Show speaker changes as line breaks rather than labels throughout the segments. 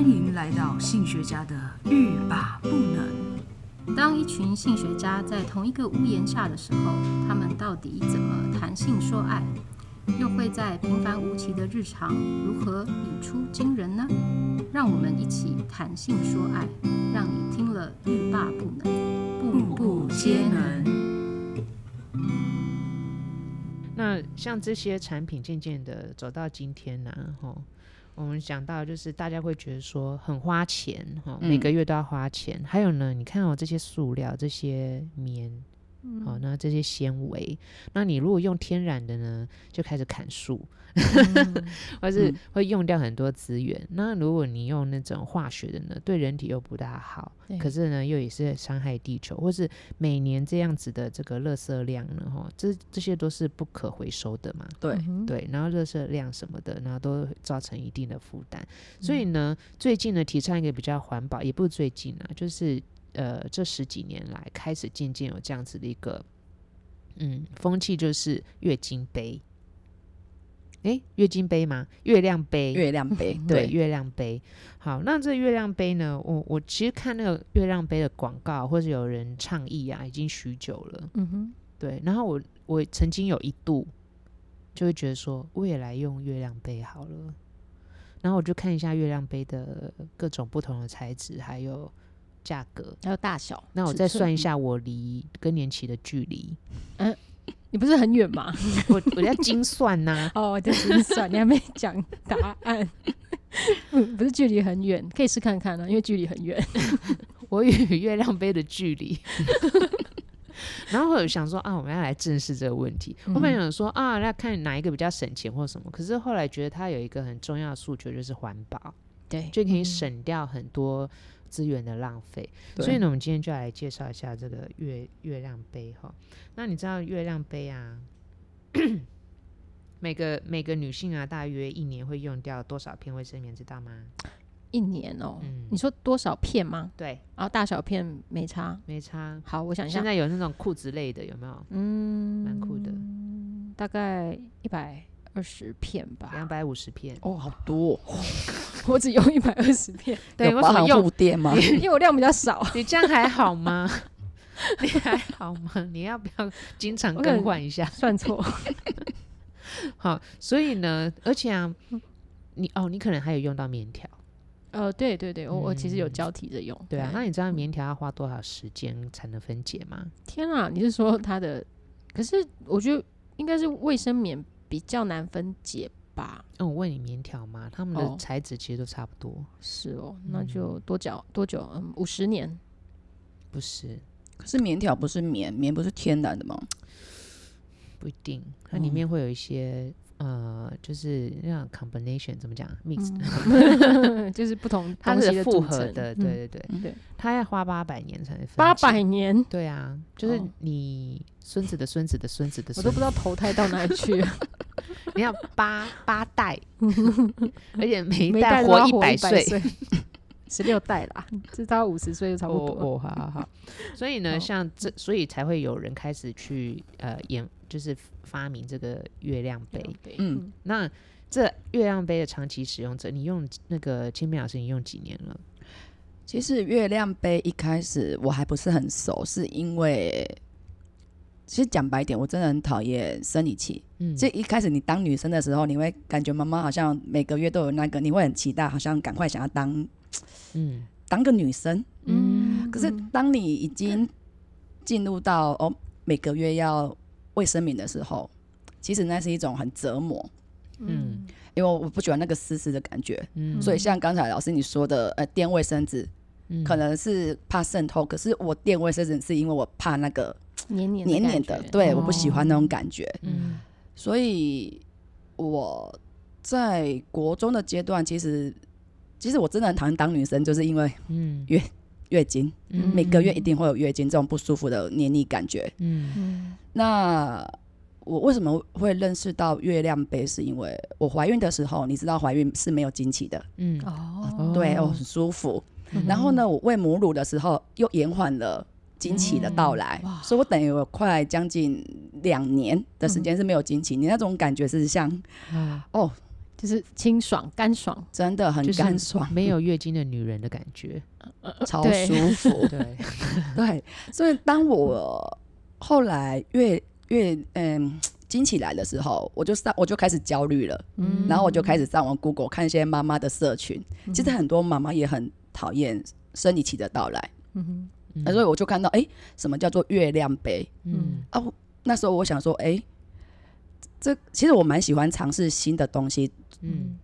迎来到性学家的欲罢不能。
当一群性学家在同一个屋檐下的时候，他们到底怎么谈性说爱？又会在平凡无奇的日常如何语出惊人呢？让我们一起谈性说爱，让你听了欲罢不能，步步皆能。
那像这些产品渐渐的走到今天呢、吼，我们想到就是大家会觉得说很花钱，哈、每个月都要花钱。还有呢，你看哦，这些塑料、这些棉，好、那这些纤维，那你如果用天然的呢，就开始砍树， 或是会用掉很多资源。那如果你用那种化学的呢，对人体又不大好，可是呢，又也是伤害地球，或是每年这样子的这个垃圾量呢，哈，这这些都是不可回收的嘛。
对
对，然后热射量什么的，然后都造成一定的负担。所以呢，最近呢提倡一个比较环保，也不是最近啊，就是呃这十几年来开始渐渐有这样子的一个嗯风气，就是月经杯。诶，月经杯吗？月亮杯，
月亮 杯，
对，月亮杯。好，那这月亮杯呢？我我其实看那个月亮杯的广告，或者有人倡议啊，已经许久了。嗯哼，对。然后我我曾经有一度就会觉得说，我也来用月亮杯好了。然后我就看一下月亮杯的各种不同的材质，还有价格。
还有大小。
那我
尺
再
寸
算一，下我离更年期的距离，
你不是很远 吗？
我我要精算呐、
哦，我在心算，你还没讲答 案。不嗯不是距离很远，可以试看看啊，因为距离很远。
我与月亮杯的距离。 然后我想说啊，我们要来正视这个问题。我本来想说啊，那看哪一个比较省钱或什么，可是后来觉得它有一个很重要的诉求，就是环保，
对，
就可以省掉很多资源的浪费。
对
所以呢，我们今天就来介绍一下这个月月亮杯哈。那你知道月亮杯啊？ 每个每个女性啊，大约一年会用掉多少片卫生棉，知道吗？
一年哦、
嗯
你，说多少片吗？
对，
然后大小片没差。
没差。
好，我想一下
现，在有那种裤子类的，有没有？
嗯，
蛮酷的，
大概一百二十片
两
吧。
百五十片。
哦，好多、哦，我只用一百二十片，
对，为什么用？
垫 吗？因为我量比较 少，
你这样还好 吗？你还好吗？你要不要经常
我可
更
能
换一下？
算错。
好，所以呢，而且啊，你哦，你可能还有用到棉条，
呃，对对对，我、我其实有交替着用。
嗯对啊。那你知
嗯
道棉条要花多少时间才能分解吗？
天啊，你是说它的？可是我觉得应该是卫生棉比较难分解吧？
那、哦我问你，棉条嘛，它们的
哦
材质其实都差不多，
是哦，
嗯
那就多久多久？嗯，五十年。
不是
可是棉条不是棉，棉不是天然的吗？
不一定，它
哦
里面会有一些、呃，就是那种 combination 怎么讲 mix，、
嗯 就是不同
它
嗯东西
是复
组
合
成
的，
嗯
对对对，
嗯
对
它要花八百年才能分解。
八百年，
对啊，就是
哦
你孙子的孙子的孙子的
我
孙
都不知
子，
道投胎到哪里 去了。
你要八八 代，而且每一
每代都
活
要
一
活
百
百
岁。，
十六代啦，这到五十岁就差不多。
哦，好好好。所以呢，
哦
像这，所以才会有人开始去呃研，就是发明这个月亮杯。
对
嗯，
那这月亮杯的长期使用者，你用那个千明老师，你用几年了？
其实月亮杯一开始我还不是很熟，是因为其实讲白一点，我真的很讨厌生理期。
嗯，
这一开始你当女生的时候，你会感觉妈妈好像每个月都有那个，你会很期待，好像赶快想要当
嗯
当个女生。
嗯
可是当你已经进入到哦每个月要卫生棉的时候，其实那是一种很折磨，
嗯
因为我不喜欢那个湿湿的感觉。
嗯，
所以像刚才老师你说的，呃，垫卫生纸
嗯
可能是怕渗透，可是我垫卫生纸是因为我怕那个
黏黏
黏黏的
感，觉
对，
哦
我不喜欢那种感觉，
嗯
所以我在国中的阶段，其实其实我真的很讨厌当女生，就是因为
嗯
月经，
嗯
每个月一定会有月经这种不舒服的黏腻感觉。
嗯
那我为什么会认识到月亮杯？是因为我怀孕的时候，你知道怀孕是没有经期的，
嗯
哦，
对，哦，很舒服。
嗯
然后呢，我喂母乳的时候又延缓了经期的到来，
嗯哇
所以我等于有快将近两年的时间是没有经期。你那种感觉是像
啊
哦，
就是清爽、干爽，
真的哦很
就是
干爽，
没有月经的女人的感觉。
超
对
舒服。
对，
对，所以当我后来越越嗯经起来的时候，我就上我就开始焦虑了，
嗯
然后我就开始上网 Google 看一些妈妈的社群，其实很多妈妈也很讨厌生理期的到来，
嗯哼，
嗯
所以我就看到哎、诶什么叫做月亮杯？
嗯
啊，我那时候我想说，哎、这其实我蛮喜欢尝试新的东西，
嗯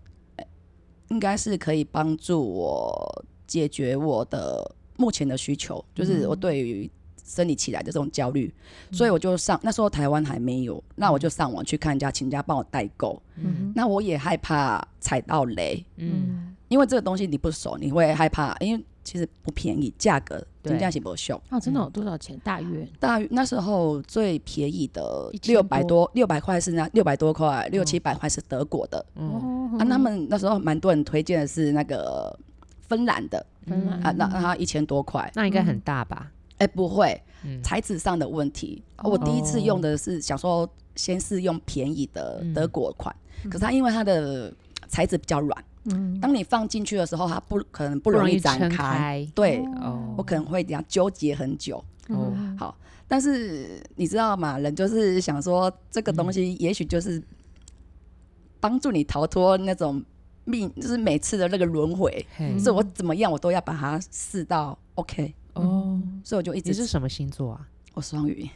应该是可以帮助我解决我的目前的需求，
嗯
就是我对于生理期来的这种焦虑，所以我就上那时候台湾还没有，那
嗯
我就上网去看人家，请人家帮我代购。
嗯
那我也害怕踩到雷，
嗯
因为这个东西你不熟，你会害怕，因为其实不便宜，价格
对
真价是不秀。
哦，真的有多少钱？大约
大约那时候最便宜的
一千
六
多
百多，六百块是那六百多块，六七百块是德国的、
嗯
哦
啊。他们那时候蛮多人推荐的是那个芬兰的，
本来
嗯
啊，那那它一千多块，
那应该很大吧？
哎、不会，
嗯哦
材质上的问题。啊我第一次用的是想说先试用便宜的
嗯
德国款，可是它因为它的材质比较软，
嗯
当你放进去的时候，它不可能不
不
容易展
撑
开。
开。
对、
哦
我可能会这样纠结很久。
哦
嗯
好，但是你知道吗？人就是想说这个
嗯
东西，也许就是帮助你逃脱那种命，就是每次的那个轮回。
嘿
所以我怎么样，我都要把它试到 OK。
哦，
所以我就一
你
直
是什么星座啊？
我双鱼，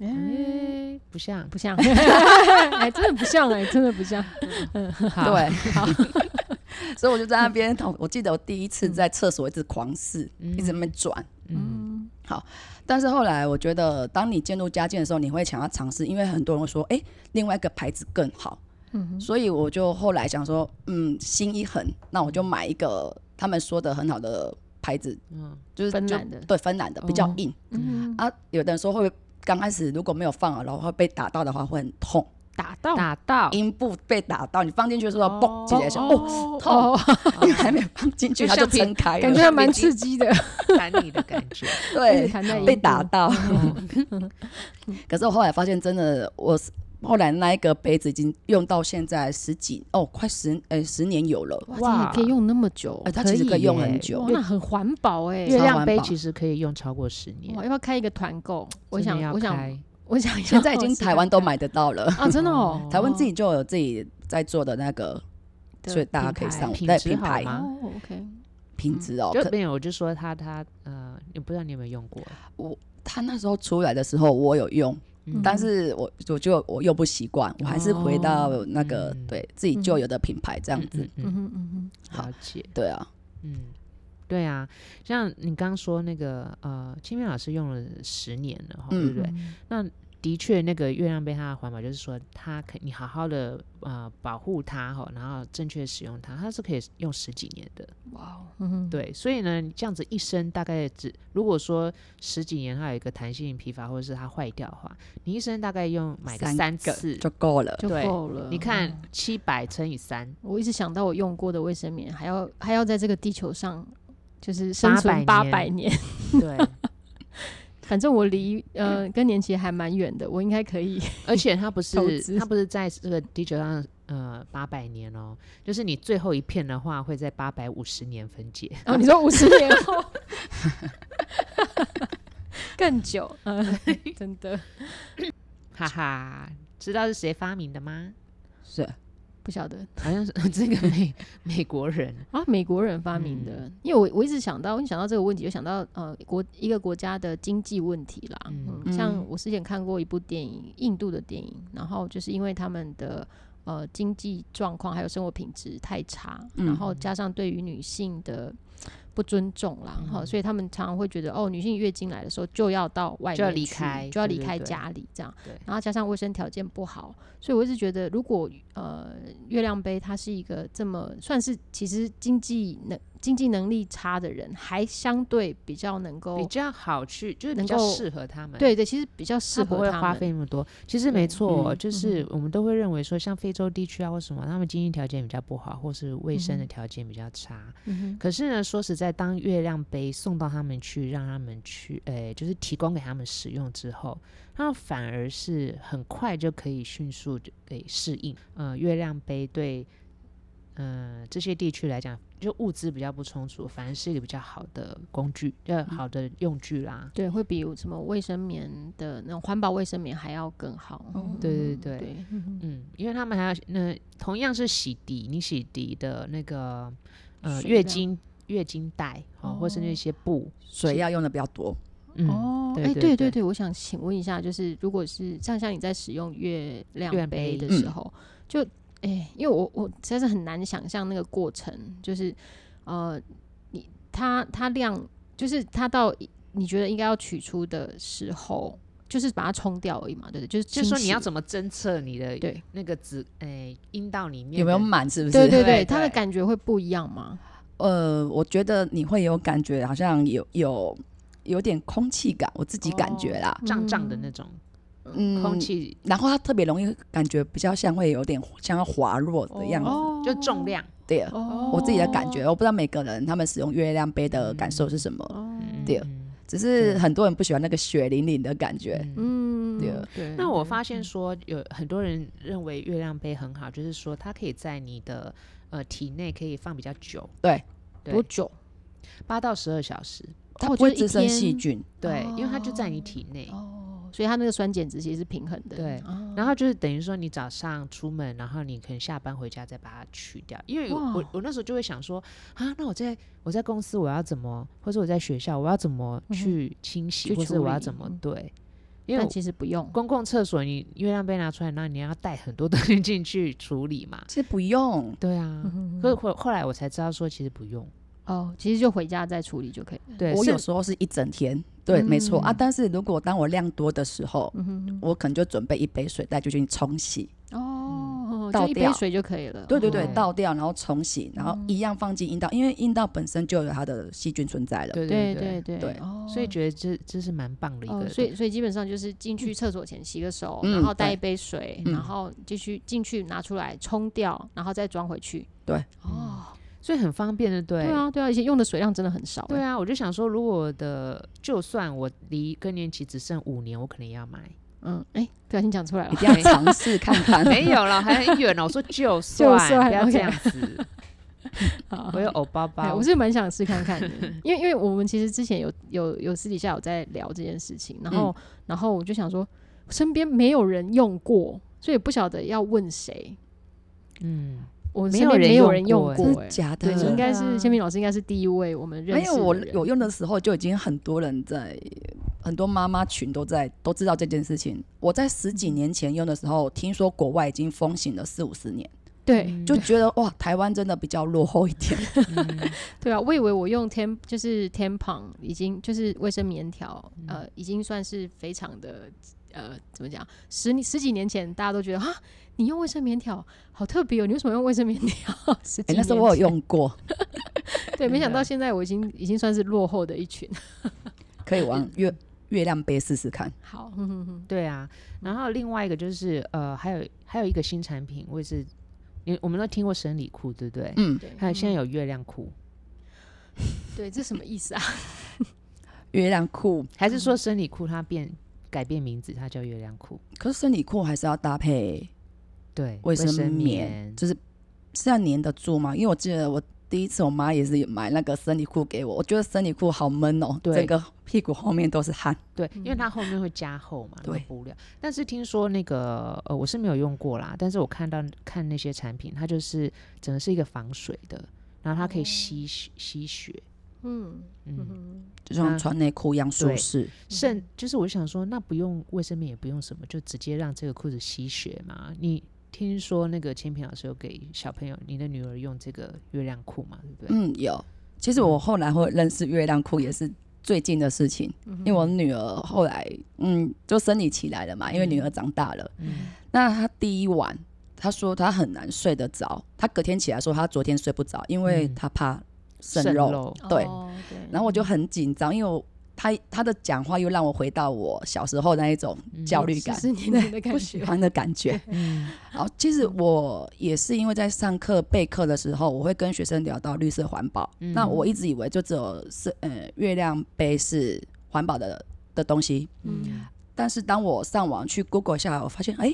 哎，不像。
不像，哎，真的不像，哎，真的不像，
好，
对， 所以我就在那边，我记得我第一次在厕所一直狂试，
嗯
一直在那边转。
嗯
但是后来我觉得，当你进入家境的时候，你会想要尝试，因为很多人会说，哎、另外一个牌子更好。
嗯
所以我就后来想说，嗯，心一横，那我就买一个他们说的很好的牌子，
嗯
就是
芬
就
兰的
对芬兰的比较
哦
硬、
嗯，
啊。有的人说会不会刚开始如果没有放好，然后会被打到的话会很痛，
打到
打到
阴部被打到，你放进去的时候嘣，直接就哦
哦
痛
哦
因为啊还没放进去，
就
它就
橡皮
撑开
感
了
觉，还蛮刺激的，
弹你的感觉。
一直
对，
弹在
被
荧幕
打，到。 可是我后来发现，真的，我是后来那一个杯子已经用到现在十几哦，快十呃十年有了，
哇，真的可以用那么久
呃，，它其实
哦可以
可以用很
耶
久
哇，。那很环保哎
对
月。亮杯
超环保
其实可以用超过十年
哇，。要不要开一个团购？我
真的
想
要，
我想，
开
我想要
现在已经
试看
台湾都
看
买得到了，
啊，真的哦，
台湾自
己
己就有自己在做的那个，所以大家可以上
品
对
质
品
好
牌
吗嗯
哦，OK，
品质哦。
就
可
没有，我就说他他呃，你不知道你有没有用过？
它那时候出来的时候我有用，
嗯
但是我我就我用不习惯，我还是回到那个
嗯
对自己旧有的品牌这样子。
嗯哼嗯
好
了解，
对啊，
嗯，对啊，像你刚说那个呃，清明老师用了十年了哈，对
嗯
不对？那的确，那个月亮杯它的环保，就是说它可你好好的呃保护它哈，然后正确使用它，它是可以用十几年的。
哇，
哼嗯哼，
对，所以呢，你这样子一生大概只如果说十几年它有一个弹性疲乏或者是它坏掉的话，你一生大概用买个
三
三
个
次，
就够了。
就
对
够了。嗯
你看七百乘 以三，
我一直想到我用过的卫生棉，还要还要在这个地球上就是生存八
800
百年。
对，
反正我离呃更年期还蛮远的，我应该可 以。
而且它不
投
是
资
它不是在这个地球上呃八百年哦，就是你最后一片的话会在八百五十年分解，
然后哦你说五十年后 更久， 嗯、真的
哈哈，知道是谁发明的吗？
是
不晓得
好像是 这个美美国人，
啊，美国人发明的。
嗯
因为我我一直想到，一想到这个问题，就想到呃国一个国家的经济问题啦。
嗯
嗯，
嗯
像我之前看过一部电影，印度的电影，然后就是因为他们的呃经济状况还有生活品质太差，
嗯
然后加上对于女性的不尊重啦，
嗯
哈、所以他们常常会觉得哦，女性月经来的时候就要到外面
就要离
去
开
就要
对
离
对
开
对
家里这样
对。
然后加上卫生条件不好，所以我一直觉得，如果呃月亮杯它是一个这么算是其实经济能经济能力差的人，还相对比较能够
比较好去，就是比
哦能
较
够
适合他们。
对对，其实比较适
他不
合
会
他
花
们
费那么多。其实没错，
嗯
就是我们都会认为说，像非洲地区啊或什么，他们经济条件比较不好，或是卫生的条件比较差。
嗯
可是呢，说实在，当月亮杯送到他们去，让他们去，诶、就是提供给他们使用之后，他们反而是很快就可以迅速地给适应。呃，月亮杯对呃这些地区来讲，就物资比较不充足，反而是一个比较好的工具，呃，好的用具啦。
对，会比什么卫生棉的那种环保卫生棉还要更好。
对对哦对，
对，
嗯，因为他们还要那、同样是洗涤，你洗涤的那个呃
水
月
量
经月经带哦，或是那些布，
水要用的比较多，
嗯，
哦，
对
哎，
对
对
对
对对，我想请问一下，就是如果是像像你在使用月亮
月亮
杯
杯嗯
的时候，就哎，因为我我实在是很难想象那个过程，就是呃，你它它量就是它到你觉得应该要取出的时候，就是把它冲掉而已嘛，对不对？就是
就是说
清
你要
洗
怎么侦测你的
对
那个子诶阴道里面
有没有
的
满？是不是？
对对
对
对，它的
对
感觉会不一样吗？
呃，我觉得你会有感觉，好像有有有点空气感，我自己感觉啦。
胀胀的那种
嗯，
空。气
然后它特别容易感觉比较像会有点像要滑落的样子，
哦
就重量，
对。啊
哦
我自己的感觉，我不知道每个人他们使用月亮杯的感受是什么，
哦
嗯
对
嗯
只是很多人不喜欢那个血淋淋的感觉。
嗯，
嗯
对
对。
那我发现说，有很多人认为月亮杯很好，就是说它可以在你的呃体内可以放比较久，
对，
对
多久？
八到十二小时，
它
哦
不
就
会
是一
滋生细
天
菌，
对，因为它就在你体内。
哦，所以它那个酸碱值其实是平衡的。
对
哦
然后就是等于说，你早上出门，然后你可能下班回家再把它去掉。因为我
哇
我那时候就会想说，啊，那我在我在公司我要怎么，或者我在学校我要怎么
嗯哼
去清洗，
去
或是
处
我要
理
怎么
嗯
对？因为
但
我
其实不用。
公共厕所你月亮杯拿出来，那你要带很多 东西进去处理嘛。
其实不用。
对啊，可是后后来我才知道说，其实不用。
嗯哦，其实就回家再处理就可以了。
对，
我
是
有时候是一整天，对，没错啊。
嗯
但是如果当我量多的时候，
嗯哼
我可能就准备一杯水带就去冲洗，
哦，
倒
就一杯
掉
水就可以了。
对对对
哦，
倒掉然后冲洗，然后
嗯
一样放进阴道，因为阴道本身就有它的细菌存在了。
对
对
对
对对
对
哦
所以觉得这这是蛮棒的一
哦
个，
所以所以基本上就是进去厕所前洗个手，
嗯
然后带
对
一杯水，
嗯
然后继续进去拿出来冲掉，然后再装回去。
对，
哦，
所以很方便的，对
对啊对啊，而且用的水量真的很少。
对
哎，
啊，我就想说，如果我的就算我离更年期只剩五年，我可能也要买。
嗯，哎，不小心讲出来了
一。 定要尝试看看。
没有了，还很远了。我说就算，
算
不要
OK
这样子。
好
我有偶包
哎，
包，
我是蛮想试看看的，因为因为我们其实之前有有有私底下有在聊这件事情，然后、然后我就想说，身边没有人用过，所以不晓得要问谁。
嗯，
我
没
身
有
边
人
没有
用
人
过
用
哎
过、
真
哎
的假的
对，？应该
真的啊
是千明老师应该是第一位我们认
没
识
有，
的人。
我有用的时候就已经很多人在，很多妈妈群都在都知道这件事情。我在十几年前用的时候，听说国外已经风行了四五十年，
嗯
对
就觉得哇，台湾真的比较落后一 点。
对啊，我以为我用天就是天旁已经就是卫生棉条，呃，已经算是非常的呃怎么讲，十年十几年前大家都觉得啊，你用卫生棉条好特别哦，你为什么用卫生棉条？ 十几
哎、那
年
时候我有
前
用过，
对，没想
真的
到现在我已经已经算是落后的一群。
可以
呃
往月月亮杯试试看。
好，嗯哼哼
对啊。然后另外一个就是呃，还有还有一个新产品，我也是，你我们都听过生理裤，对不对？
嗯，
对，
还有现在有月亮裤，
对，这什么意思啊？
月亮裤，
还是说生理裤它变改变名字，它叫月亮裤？
可是生理裤还是要搭配
对，
卫
生
生棉，
棉
就是是要粘得住吗？因为我记得我第一次我妈也是买那个生理裤给我，我觉得生理裤好闷哦、
对
整个屁股后面都是汗。
对，因为它后面会加厚嘛，那个
嗯对
布料。但是听说那个呃，我是没有用过啦，但是我看到看那些产品，它就是整个是一个防水的，然后它可以吸
哦
血吸血，
嗯
嗯，
就像
嗯
穿内裤一样舒
对
适，
甚就是我想说，那不用卫生棉也不用什么，就直接让这个裤子吸血嘛。你听说那个千平老师有给小朋友，你的女儿用这个月亮裤嘛，对不对？
嗯，有。其实我后来会认识月亮裤也是最近的事情，
嗯
因为我女儿后来嗯就生理期来了嘛，因为女儿长大了。
嗯
那她第一晚，她说她很难睡得着，她隔天起来说她昨天睡不着，因为
嗯
她怕
渗
渗漏。
漏
对
哦对，
然后我就很紧张，因为我她她的讲话又让我回到我小时候那一种
嗯
焦虑嗯感。
十年前的感
不喜
觉，
欢的感 觉。然后其实我也是因为在上课备课的时候，我会跟学生聊到绿色环保。那我一直以为就只有是呃月亮杯是环保的的东西，
嗯
但是当我上网去 Google 一下，我发现哎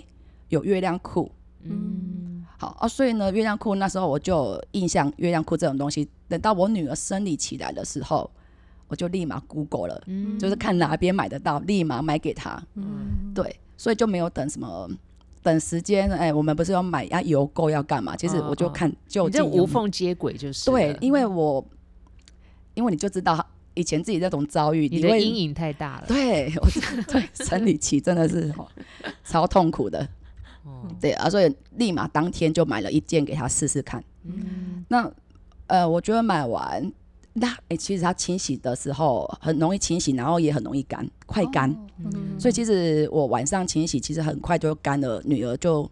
有月亮裤。
嗯，
好啊，所以呢，月亮裤那时候我就有印象月亮裤这种东西，等到我女儿生理起来的时候，我就立马 Google 了，
嗯
就是看哪边买得到，立马买给她。
嗯，
对，所以就没有等什么等时间，哎，我们不是要买啊邮购要干嘛？其实
哦
我就
哦
看就
你这
近有
无缝接轨就是
对
了，
因为我因为你就知道以前自己那种遭遇，
你的
会
阴影太大了。
对，我是对生理期真的是哦超痛苦的，
哦
对啊，所以立马当天就买了一件给他试试看。
嗯
那呃，我觉得买完。那哎、其实它清洗的时候很容易清洗，然后也很容易干，快干。
哦，嗯
所以其实我晚上清洗，其实很快就干了，女儿就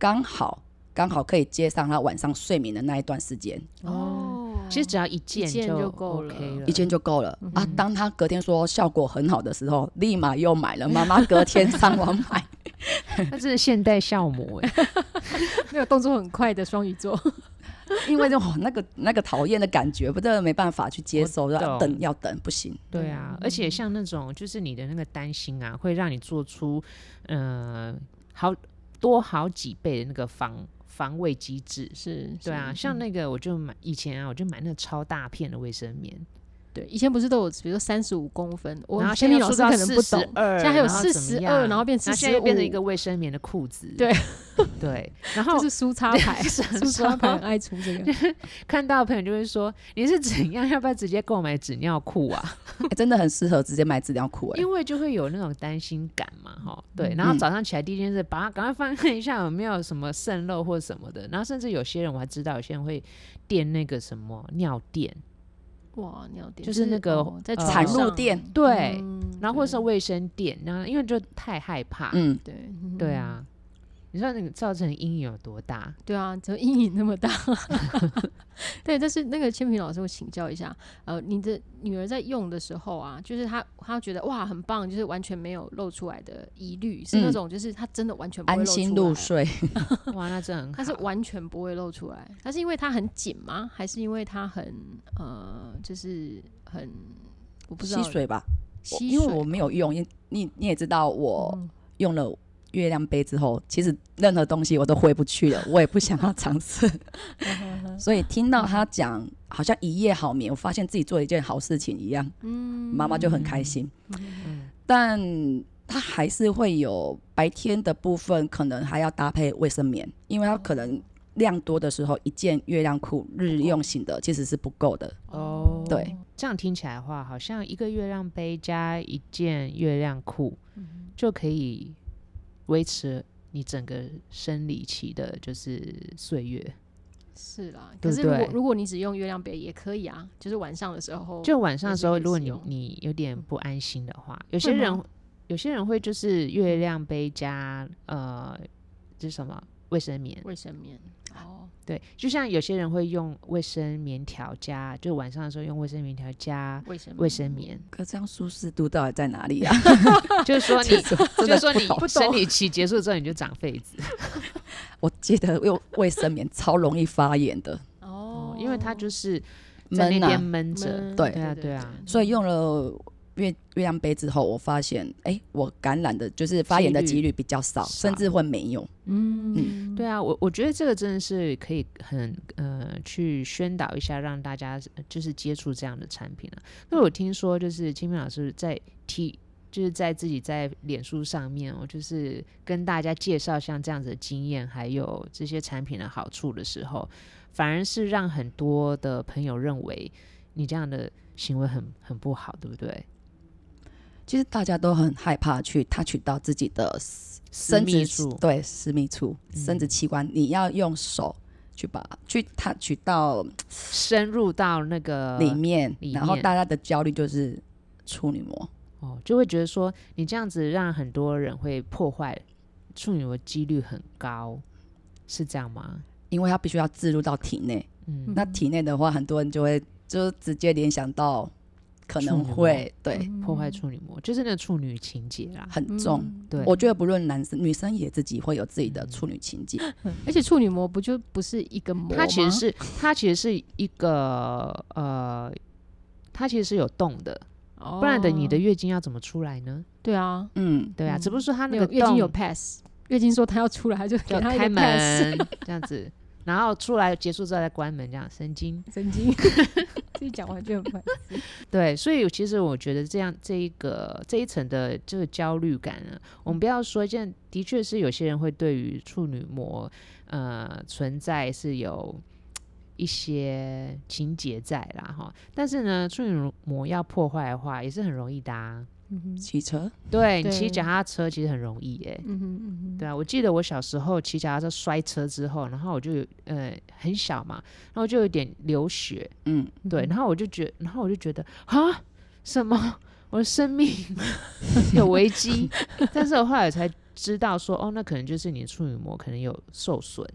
刚好刚好可以接上她晚上睡眠的那一段时间，
哦，
其实只要一件
件就够
OK
了
了，
一件就够了、
嗯
啊。当她隔天说效果很好的时候，立马又买了，妈妈隔 天上网买，
那真是现代效模哎，
没有动作很快的双鱼座，
因为就、哦、那个那个讨厌的感觉，不真的没办法去接受，
我懂
要等要等，不行。
对啊，而且像那种就是你的那个担心啊，会让你做出呃好多好几倍的那个防防卫机制。
是，嗯
对啊，
是，
像那个我就买以前啊，我就买那个超大片的卫生棉，
对，以前不是都有，比如说三十五公分，我
然后
天
现在
明
又
老
说
师
到
可能
四
不
十
懂，
二，
现在还有
然后怎么
42
样
然后变
现在又
45
变成一个卫生棉的裤子，
对
对，然后
就是苏擦牌，苏擦牌很
爽
爱出这个，
看到的朋友就会说你是怎样，要不要直接购买纸尿裤啊？
哎真的很适合直接买纸尿裤哎、
因为就会有那种担心感嘛，哈，
嗯
对。然后早上起来第一件事，把它赶快翻看一下有没有什么渗漏或什么的。然后甚至有些人我还知道，有些人会垫那个什么尿垫，
哇，尿垫
就是那个
哦在
呃
产
产
褥垫，
对。
嗯
然后或者是卫生垫，然后因为就太害怕，
嗯，
对
对，啊。你知道那个造成阴影有多大？
对啊，怎么阴影那么大？ 对，但是那个千平老师，我请教一下，呃，你的女儿在用的时候啊，就是她她觉得哇很棒，就是完全没有露出来的疑虑，是那
嗯
种就是她真的完全不会露
安
出来，啊
心入睡。
哇，那真的很 好。
她是完全不会露出来，她是因为她很紧吗？还是因为她很呃，就是很我不知道
吸水吧，我
吸
因为
水嗯
我没有用，因你你也知道我用了月亮杯之后，其实任何东西我都回不去了， 我也不想要尝试。
嗯
所以听到他讲好像一夜好眠，我发现自己做了一件好事情一样，
嗯
妈妈就很开心。但他还是会有白天的部分，可能还要搭配卫生棉，因为他可能量多的时候，一件月亮裤日用型的其实是不够的。
哦，
对，
这样听起来的话，好像一个月亮杯加一件月亮裤，
嗯
就可以维持你整个生理期的，就是岁月。
是啦，
对
可
不
是如果
对
如果你只用月亮杯也可以啊，就是晚上的时候
就晚上的
也是
时候，
可以
如果
使
你
用
你有点不安心的话，有些
会
人
吗
有些人会就是月亮杯加呃，这是什么卫生棉？
卫生棉哦，
对，就像有些人会用卫生棉条加，就晚上的时候用卫生棉条加
卫生
卫生棉，
可这样舒适度到底在哪里啊？
就是说你
真
就
的
是说
不
你
懂
生理期结束之后你就长痱子。
我记得用卫生棉超容易发炎的，
棉
哦
哦，，
因为它就是 在那边
闷啊。
闷着，
闷
对
对啊对啊
所以用了月月亮杯之后，我发现，哎、我感染的就是发炎的
几率
几率比较少，
少
甚至会没有。
嗯
对啊，我我觉得这个真的是可以很呃去宣导一下，让大家呃就是接触这样的产品啊。那我听说就是清明老师在提。就是在自己在脸书上面哦，我就是跟大家介绍像这样子的经验，还有这些产品的好处的时候，反而是让很多的朋友认为你这样的行为很很不好，对不对？
其实大家都很害怕去 touch 到自己的
私
生
密
殖
处，嗯
对私密处、生殖器官，你要用手去把去 touch 到
深入到那个
里面，
呃里
然后
面
大家的焦虑就是处女膜。
哦，就会觉得说你这样子让很多人会破坏处女膜几率很高，是这样吗？
因为它必须要置入到体内，
嗯
那体内的话，很多人就会就直接联想到可
处女
能
膜
会对、
破
嗯
坏处女膜就是那个处女情节啦。
很重。
对，嗯
我觉得不论男生女生也自己会有自己的处女情结，
而且处女膜不就不是一个膜
它其实
吗
是它其实是一个呃，它其实是有洞的，不然的你的
哦
月经要怎么出来呢？
对啊，
嗯，
对啊，只不过说它
没
那个
有月经有
洞
pass 月经说她要出来，就给
就
她一
开
个 pass。
门这样子，然后出来结束之后再关门，这样神经。
神经，自己讲完就很烦。
对，所以其实我觉得这样这一个这一层的这个焦虑感啊，我们不要说，现在的确是有些人会对于处女膜呃存在是有一些情节在啦哈，但是呢，处女膜要破坏的话也是很容易的、啊，
嗯哼，
骑车
对你骑
对
脚踏车其实很容易耶、
嗯哼，嗯哼，
对啊，我记得我小时候骑脚踏车摔车之后，然后我就有呃很小嘛，然后就有点流血，
嗯，
对，然后我就觉，然后我就觉得啊，什么，我的生命有危机， 但是我后来才知道说，哦，那可能就是你的处女膜可能有受损，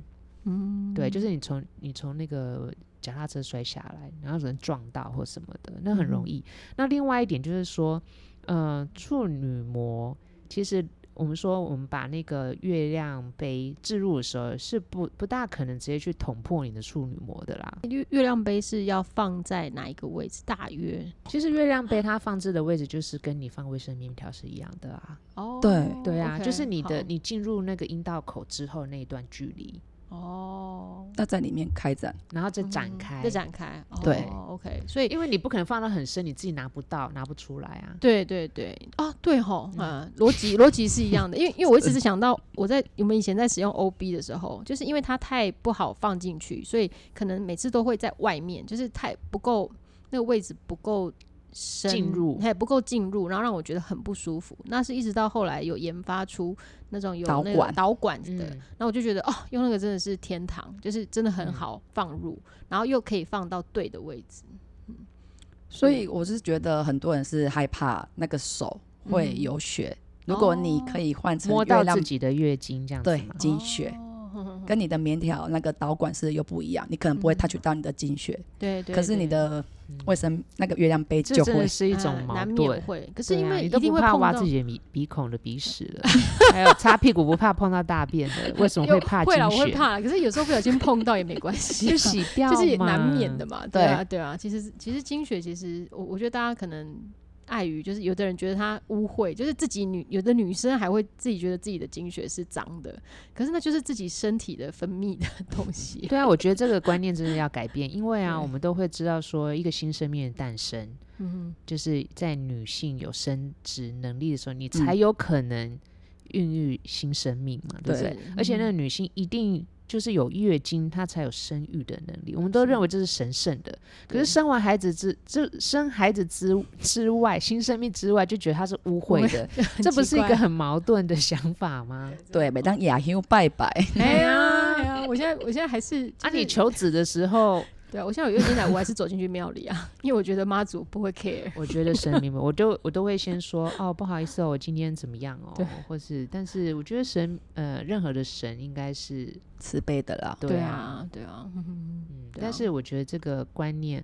嗯，对，就是你从你从那个脚踏车摔下来，然后可能撞到或什么的，那很容易。那另外一点就是说，呃，处女膜其实。我们说，我们把那个月亮杯置入的时候，是不不大可能直接去捅破你的处女膜的啦。
月月亮杯是要放在哪一个位置？大约
其实月亮杯它放置的位置就是跟你放卫生棉条是一样的啊。
哦，
对
对啊
OK，
就是你的
好
你进入那个阴道口之后那一段距离，
哦，
那在里面开展，
然后再展开。
再展开，哦
对
，OK，所以
因为你不可能放到很深，你自己拿不到，拿不出来啊。
对对对，啊，对吼，嗯，逻辑逻辑是一样的，因为因为我一直是想到我在我们以前在使用 OB 的时候，就是因为它太不好放进去，所以可能每次都会在外面，就是太不够那个位置不够深
进入
它也不够进入，然后让我觉得很不舒服。那是一直到后来有研发出那种有
导
那个
管
导管的，
嗯，
那我就觉得哦，用那个真的是天堂，就是真的
嗯
很好放入，然后又可以放到对的位置。
所以我是觉得很多人是害怕那个手会
嗯
有血。如果你可以换
哦
成
摸
月
到
亮
自己的月经这样子
对
嘛。
经血，
哦 哼哼哼
跟你的棉条那个导管是又不一样，你可能不会
嗯
touch 到你的经血，
对对，
可是你
对
的卫生那个月亮杯
嗯这
就
真
会
的是一种
呃
矛
难
盾
免。会。可是
对啊
因为
你
一
都
定
不
会
怕
碰
挖
到
自己的鼻鼻孔的鼻屎 了，还有擦屁股不怕碰到大便的，为什么会怕
会
经
啦，我会
血？
怕 啦。可是有时候不小心碰到也没关系
就
啊，
洗掉，
就是也难免的。嘛。对
对
啊，对啊。其实其实经血，其实我我觉得大家可能碍于，就是有的人觉得她污秽，就是自己女有的女生还会自己觉得自己的经血是脏的，可是那就是自己身体的分泌的东西。
对啊，我觉得这个观念真的要改变，因为啊，
对
我们都会知道说，一个新生命的诞生，
嗯
就是在女性有生殖能力的时候，你
嗯
才有可能孕育新生命嘛，对不对？
对
而且那
嗯
个女性一定就是有月经，她才有生育的能力。我们都
是
认为这是神圣的，可
对
是生完孩子之这生孩子之之外，新生命之外，就觉得她是污秽的，
哼
这不是一个
很奇怪
很矛盾的想法吗？
对。每当亚修拜拜，
哎呀哎呀！我现在我现在还是
啊，
就是
你求子的时候，
对啊，我现在有月经来，我还是走进去庙里啊，因为我觉得妈祖不会 care。
我觉得神明们，我都我都会先说哦，不好意思哦，我今天怎么样哦
对，
或是，但是我觉得神呃，任何的神应该是
慈悲的啦，
对啊，
啊，对啊，嗯哼
嗯，
对啊
但是我觉得这个观念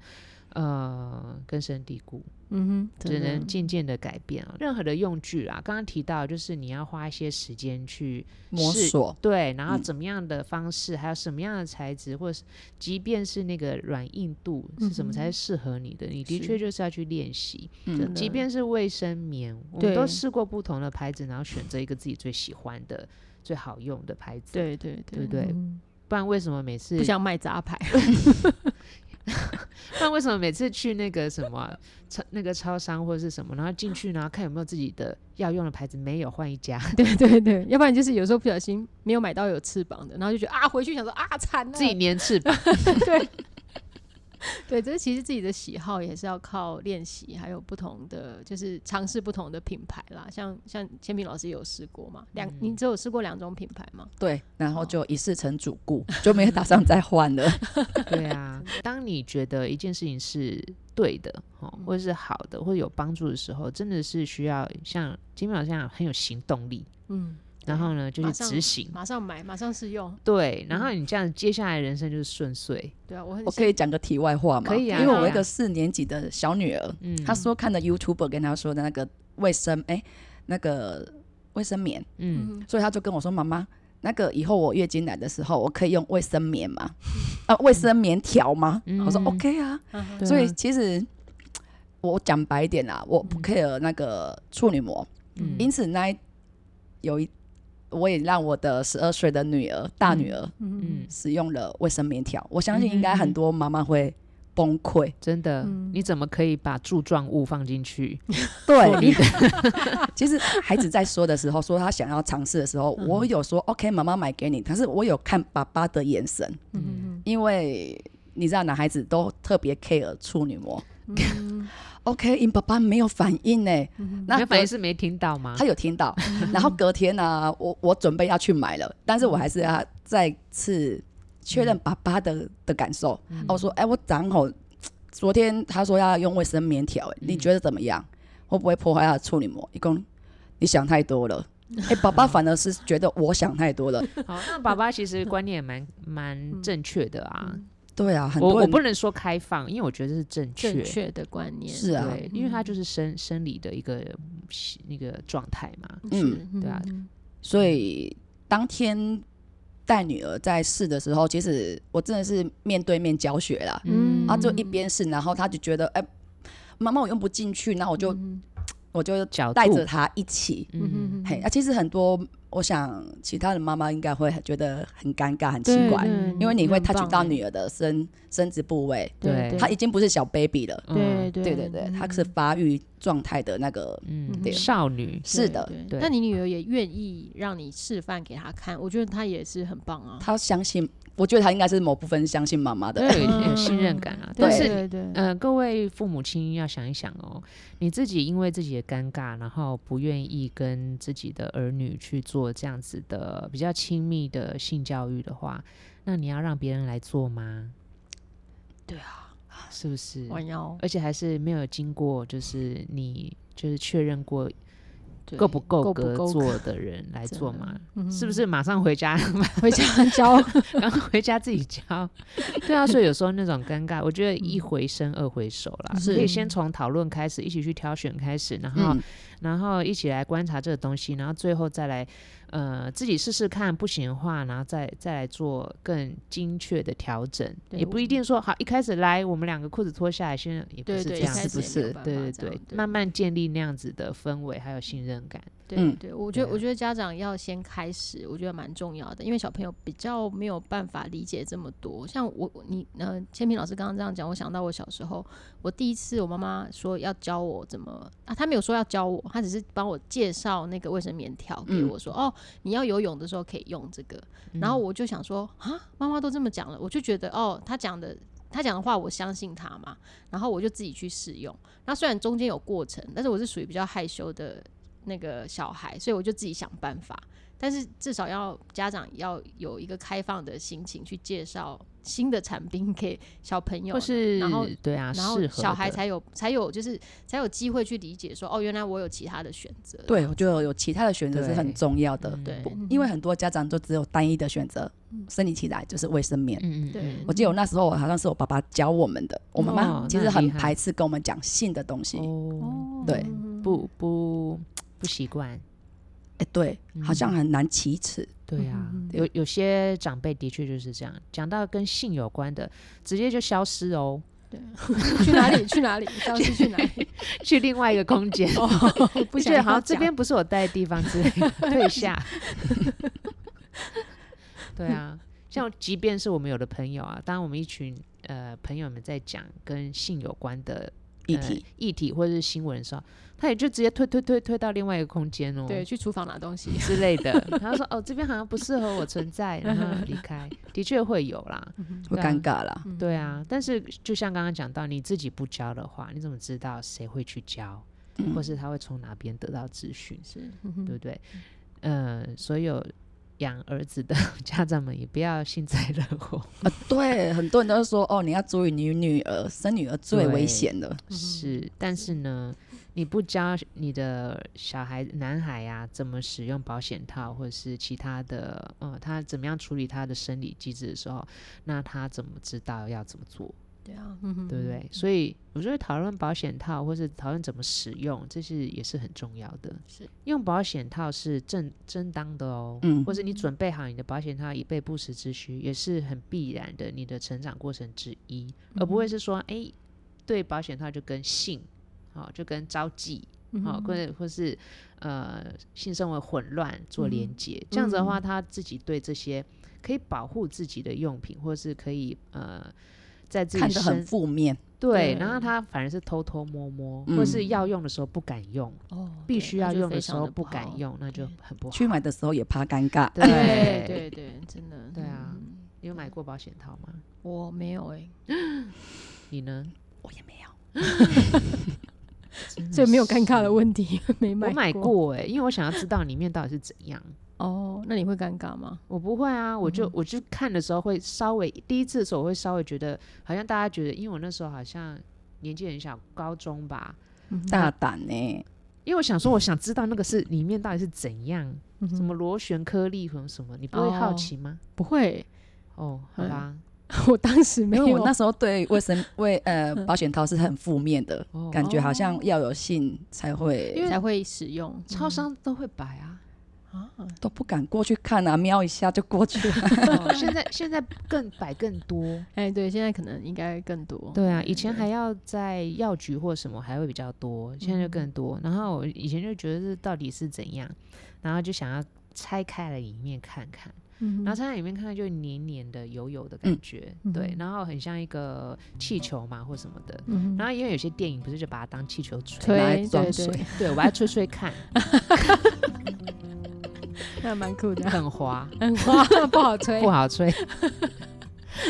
呃根深蒂固，
嗯哼，
只
真的
能渐渐的改变啊。任何的用具啊，刚刚提到就是你要花一些时间去
摸
是
索
对，然后
嗯
怎么样的方式，还有什么样的材质，或者是即便是那个软硬度是什么才是适合你的，你的
嗯是
确就是要去练习。
真的，
即便是嗯卫生棉，我们都
对
试过不同的牌子，然后选择一个自己最喜欢的、最好用的牌子。，
对对
对对
嗯
不然为什么每次
不想卖杂牌，
不然为什么每次去那个什么超那个超商或者是什么，然后进去然后看有没有自己的要用的牌子，没有换一家，
对对对，要不然就是有时候不小心没有买到有翅膀的，然后就觉得啊，回去想说啊，惨了，
自己粘翅 膀。
对，这其实自己的喜好也是要靠练习，还有不同的就是尝试不同的品牌啦，像像千平老师也有试过嘛，两
嗯
你只有试过两种品牌吗？
对，然后就一世成主顾， 就没有打算再 换了。
对啊，当你觉得一件事情是对的，哦，
嗯
或者是好的，或者有帮助的时候，真的是需要像金秒这样很有行动力，
嗯，
然后呢就去
马上
执行。
马上买，马上试用。
对，然后你这样接下来人生就是顺遂。
对啊，我很
我可以讲个题外话吗？
可以啊
因为我
可以啊
有一个四年级的小女儿，
嗯，
她说看了 YouTube 跟她说的那个卫生，哎、那个卫生棉，
嗯，
嗯
所以她就跟我说：“妈妈，那个以后我月经来的时候，我可以用卫生棉吗？ 啊，卫生棉条吗？”
嗯
我说
嗯
：“OK 啊。
嗯哼”
对
所以
啊
其实我讲白一点啦，我不
嗯
care 那个处女膜，
嗯
因此那一有一。我也让我的十二岁的女儿，大女儿
嗯
嗯，
使用了卫生棉条。我相信应该很多妈妈会崩溃，
真的，
嗯
你怎么可以把柱状物放进去？
对，你 其实孩子在说的时候，说他想要尝试的时候，
嗯
我有说 OK，妈妈买给你，可是我有看爸爸的眼神，
嗯
因为你知道男孩子都特别 care 处女膜。
嗯
OK，因爸爸没有反应呢，
嗯
那
那
隔
反应是没听到吗？
他有听到，
嗯
然后隔天呢、我我准备要去买了，但是我还是要再次确
嗯
认爸爸的的感受。啊我说，哎、我长好，昨天他说要用卫生棉条、
嗯
哎你觉得怎么样？会不会破坏他的处女膜？一共你想太 多了。哎、爸爸反而是觉得我想太多了。
好，那爸爸其实观念也蛮蛮正确的啊。
对啊，很
我
多
我
人
不能说开放，因为我觉得这是正确。
正确的观念
是啊
对，因为它就是生生理的一个那个状态嘛。
嗯
是
对啊
嗯
所以当天带女儿在试的时候，其实我真的是面对面教学啦。
嗯
啊，就一边试，然后他就觉得，哎、妈妈我用不进去，那我就、
嗯
我就
角度
带着他一起。
嗯
嗯，
嗯
嘿，啊，其实很多，我想其他的妈妈应该会觉得很尴尬、很奇
对
怪，
对
因为你会
很
touch
棒
到
欸
女儿的生生殖部位，
对
对，
她已经不是小 baby 了，
嗯
对
嗯
对
对对对，她是发育状态的那个，
嗯，
对
少女
是的，
对
那你女儿也愿意让你示范给她看，我觉得她也是很棒啊。
她相信，我觉得她应该是某部分相信妈妈
都
的，
有有信任感啊。
对
但
对
是
对
嗯
对，
呃，各位父母亲要想一想哦，你自己因为自己的尴尬，然后不愿意跟自己的儿女去做这样子的比较亲密的性教育的话，那你要让别人来做吗？
对
啊，
是不是？
弯腰
而且还是没有经过，就是你就是确认过
对
够不够
不
格
够格
做的人来
真
做
的
嘛？
嗯
是不是马上回 家？
回家 教？
刚回家自己教， 对啊，所以有时候那种尴尬，我觉得
嗯
一回生二回熟啦，
是
可以先从讨论开始，一起去挑选开始，然后、
嗯，
然后一起来观察这个东西，然后最后再来呃自己试试看，不行的话，然后再再来做更精确的调整，
对
也不一定说好一开始来我们两个裤子脱下来，现在也不
对
是
对，
这
一
样
开
子，
始
不
也没有
是
办法
对对
这样
对，慢慢建立那样子的氛围还有信任感，
对
嗯
对，我觉得
对啊
我觉得家长要先开始，我觉得蛮重要的，因为小朋友比较没有办法理解这么多。像我你呃，千平老师刚刚这样讲，我想到我小时候，我第一次我妈妈说要教我怎么啊，她没有说要教我，她只是帮我介绍那个卫生棉条给
嗯
我说，哦，你要游泳的时候可以用这个。然后我就想说啊，妈妈都这么讲了，我就觉得哦，她讲的她讲的话我相信她嘛，然后我就自己去试用。那虽然中间有过程，但是我是属于比较害羞的那个小孩，所以我就自己想办法。但是至少要家长要有一个开放的心情去介绍新的产品给小朋友，
或是
然后
对啊，
然后
适合
小孩
的
才有才有就是才有机会去理解说哦，原来我有其他的选择。
对，我觉得有其他的选择是很
对
重要的，
对
不，
嗯
因为很多家长都只有单一的选择，生理期来就是卫生棉。
嗯嗯
对
嗯
我记得我那时候好像是我爸爸教我们的，我妈妈
哦
其实
那很
很
厉害
排斥跟我们讲性的东西。哎、
哦，
对
嗯
不不不习惯，
哎对，
嗯
好像很难启齿。
对啊
嗯嗯，
有有些长辈的确就是这样，讲到跟性有关的，直接就消失哦，
去 哪里？去哪里？消失去哪里？
去另外一个空 间，
不
不
想
觉得好
要
像这
讲
边不是我待的地方 之类的，退下。对 啊，像即便是我们有的朋友啊，当我们一群呃朋友们在讲跟性有关的。
议
呃
题、
议题或者是新闻的时候，他也就直接推推推推到另外一个空间哦，
对，去厨房拿东西。
之类的。 然后说哦，这边好像不适合我存在，然后离开，的确会有啦。
会尴尬啦。
对啊，但是就像刚刚讲到，你自己不教的话，你怎么知道谁会去教，
嗯
或是他会从哪边得到资讯，
是，
对不对？呃，所有养儿子的 家长们也不要幸灾乐祸，
啊，对，很多人都说哦，你要注意你女儿，生女儿最危险了。
嗯
是，但是呢，你不教你的小孩男孩啊怎么使用保险套，或者是其他的，呃，他怎么样处理他的生理机制的时候，那他怎么知道要怎么做，
对啊，嗯哼
对不对？所以我觉得讨论保险套，或是讨论怎么使用，这是也是很重要的。
是
用保险套是正正当的哦，
嗯
或是你准备好你的保险套以备不时之需，也是很必然的你的成长过程之
嗯
哦一，而不会是说，哎，对保险套就跟性，好、就跟招妓，
嗯
好、或
嗯
者或是呃性生活混乱
嗯
做连接，这样子的话，他自己对这些可以保护自己的用品，或是可以呃在自己
看得很
身
负面，
对，
对
然后他反而是偷偷摸摸，
嗯
或是要用的时候不敢用，
哦，
必
对
须
那
要
就
用
非
的时
常
候
地
不
好
敢用，那就很不好。
去买的时候也怕尴尬。
对
对对对，真的。
对啊
嗯，
你有买过保险套吗？
我没有哎，
你呢？
我也没有，
嗯所以没有尴尬的问题， 没
我买
过。
过哎、因为我想要知道里面到底是怎样。
哦，那你会尴尬吗？
我不会啊，我
嗯
就、我就看的时候会稍微第一次的时候我会稍微觉得，好像大家觉得，因为我那时候好像年纪很小，高中吧，
嗯
大胆呢、
因为我想说，我想知道那个是里面到底是怎样，
嗯哼
什么螺旋颗粒和什么，你不会好奇吗？
不会，
哦，好
嗯
吧，
我当时没
因为
有
我那时候对卫生卫 呃保险套是很负面的、
哦
感觉，好像要有性才会
才会使用
超商
嗯
都会摆 啊。
啊，
都不敢过去看啊，瞄一下就过 去了。
哦现在现在更摆更多，
哎，对，现在可能应该更多。
对啊，以前还要在药局或什么还会比较多，现在就
嗯
更多。然后我以前就觉得这到底是怎样，然后就想要拆开了里面看看，
嗯
然后拆开里面看看就黏黏的、油油的感觉，
嗯
对
嗯，
然后很像一个气球嘛或什么的。
嗯
然后因为有些电影不是就把它当气球吹，
吹
来
对
装
对
水
对，
对我还吹吹看，
那蛮酷的，
很滑，
很花，不好吹
不。好吹。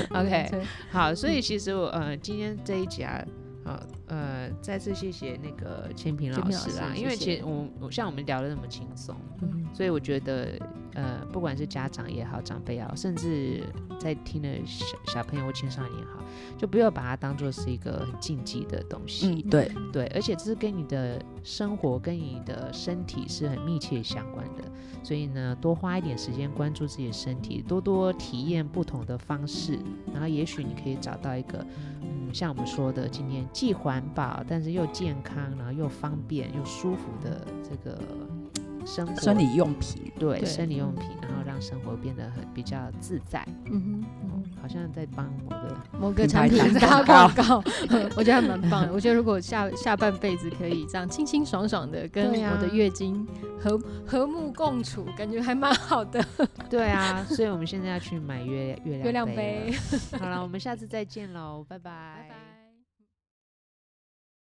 不好
OK，
吹嗯
好，所以其实我呃，今天这一集啊，呃呃，再次谢谢那个千平
千
老
平老
师啦，
师
因为
谢
其
谢
实我我像我们聊的那么轻松，
嗯
所以我觉得呃，不管是家长也好，长辈也好，甚至在听的小小朋友或青少年也好，就不要把它当做是一个很禁忌的东西，
嗯，对，
对，而且这是跟你的生活、跟你的身体是很密切相关的，所以呢，多花一点时间关注自己的身体，多多体验不同的方式，然后也许你可以找到一个，嗯，像我们说的，今天既环保，但是又健康，然后又方便又舒服的这个嗯生活，
生理用品
对
对
生理用品，然后让生活变得很比较自在，
嗯
哦
哼，
好像在帮某个
某个
品
产
牌
品 打
打
广
广
告， 我觉得还蛮棒的。我觉得如果下下半辈子可以这样清清爽爽的跟
对啊
我的月经和和睦共处，感觉还蛮好的。
对啊，所以我们现在要去买月月亮
月亮
杯
杯
了。好了，我们下次再见喽，拜拜，
拜拜。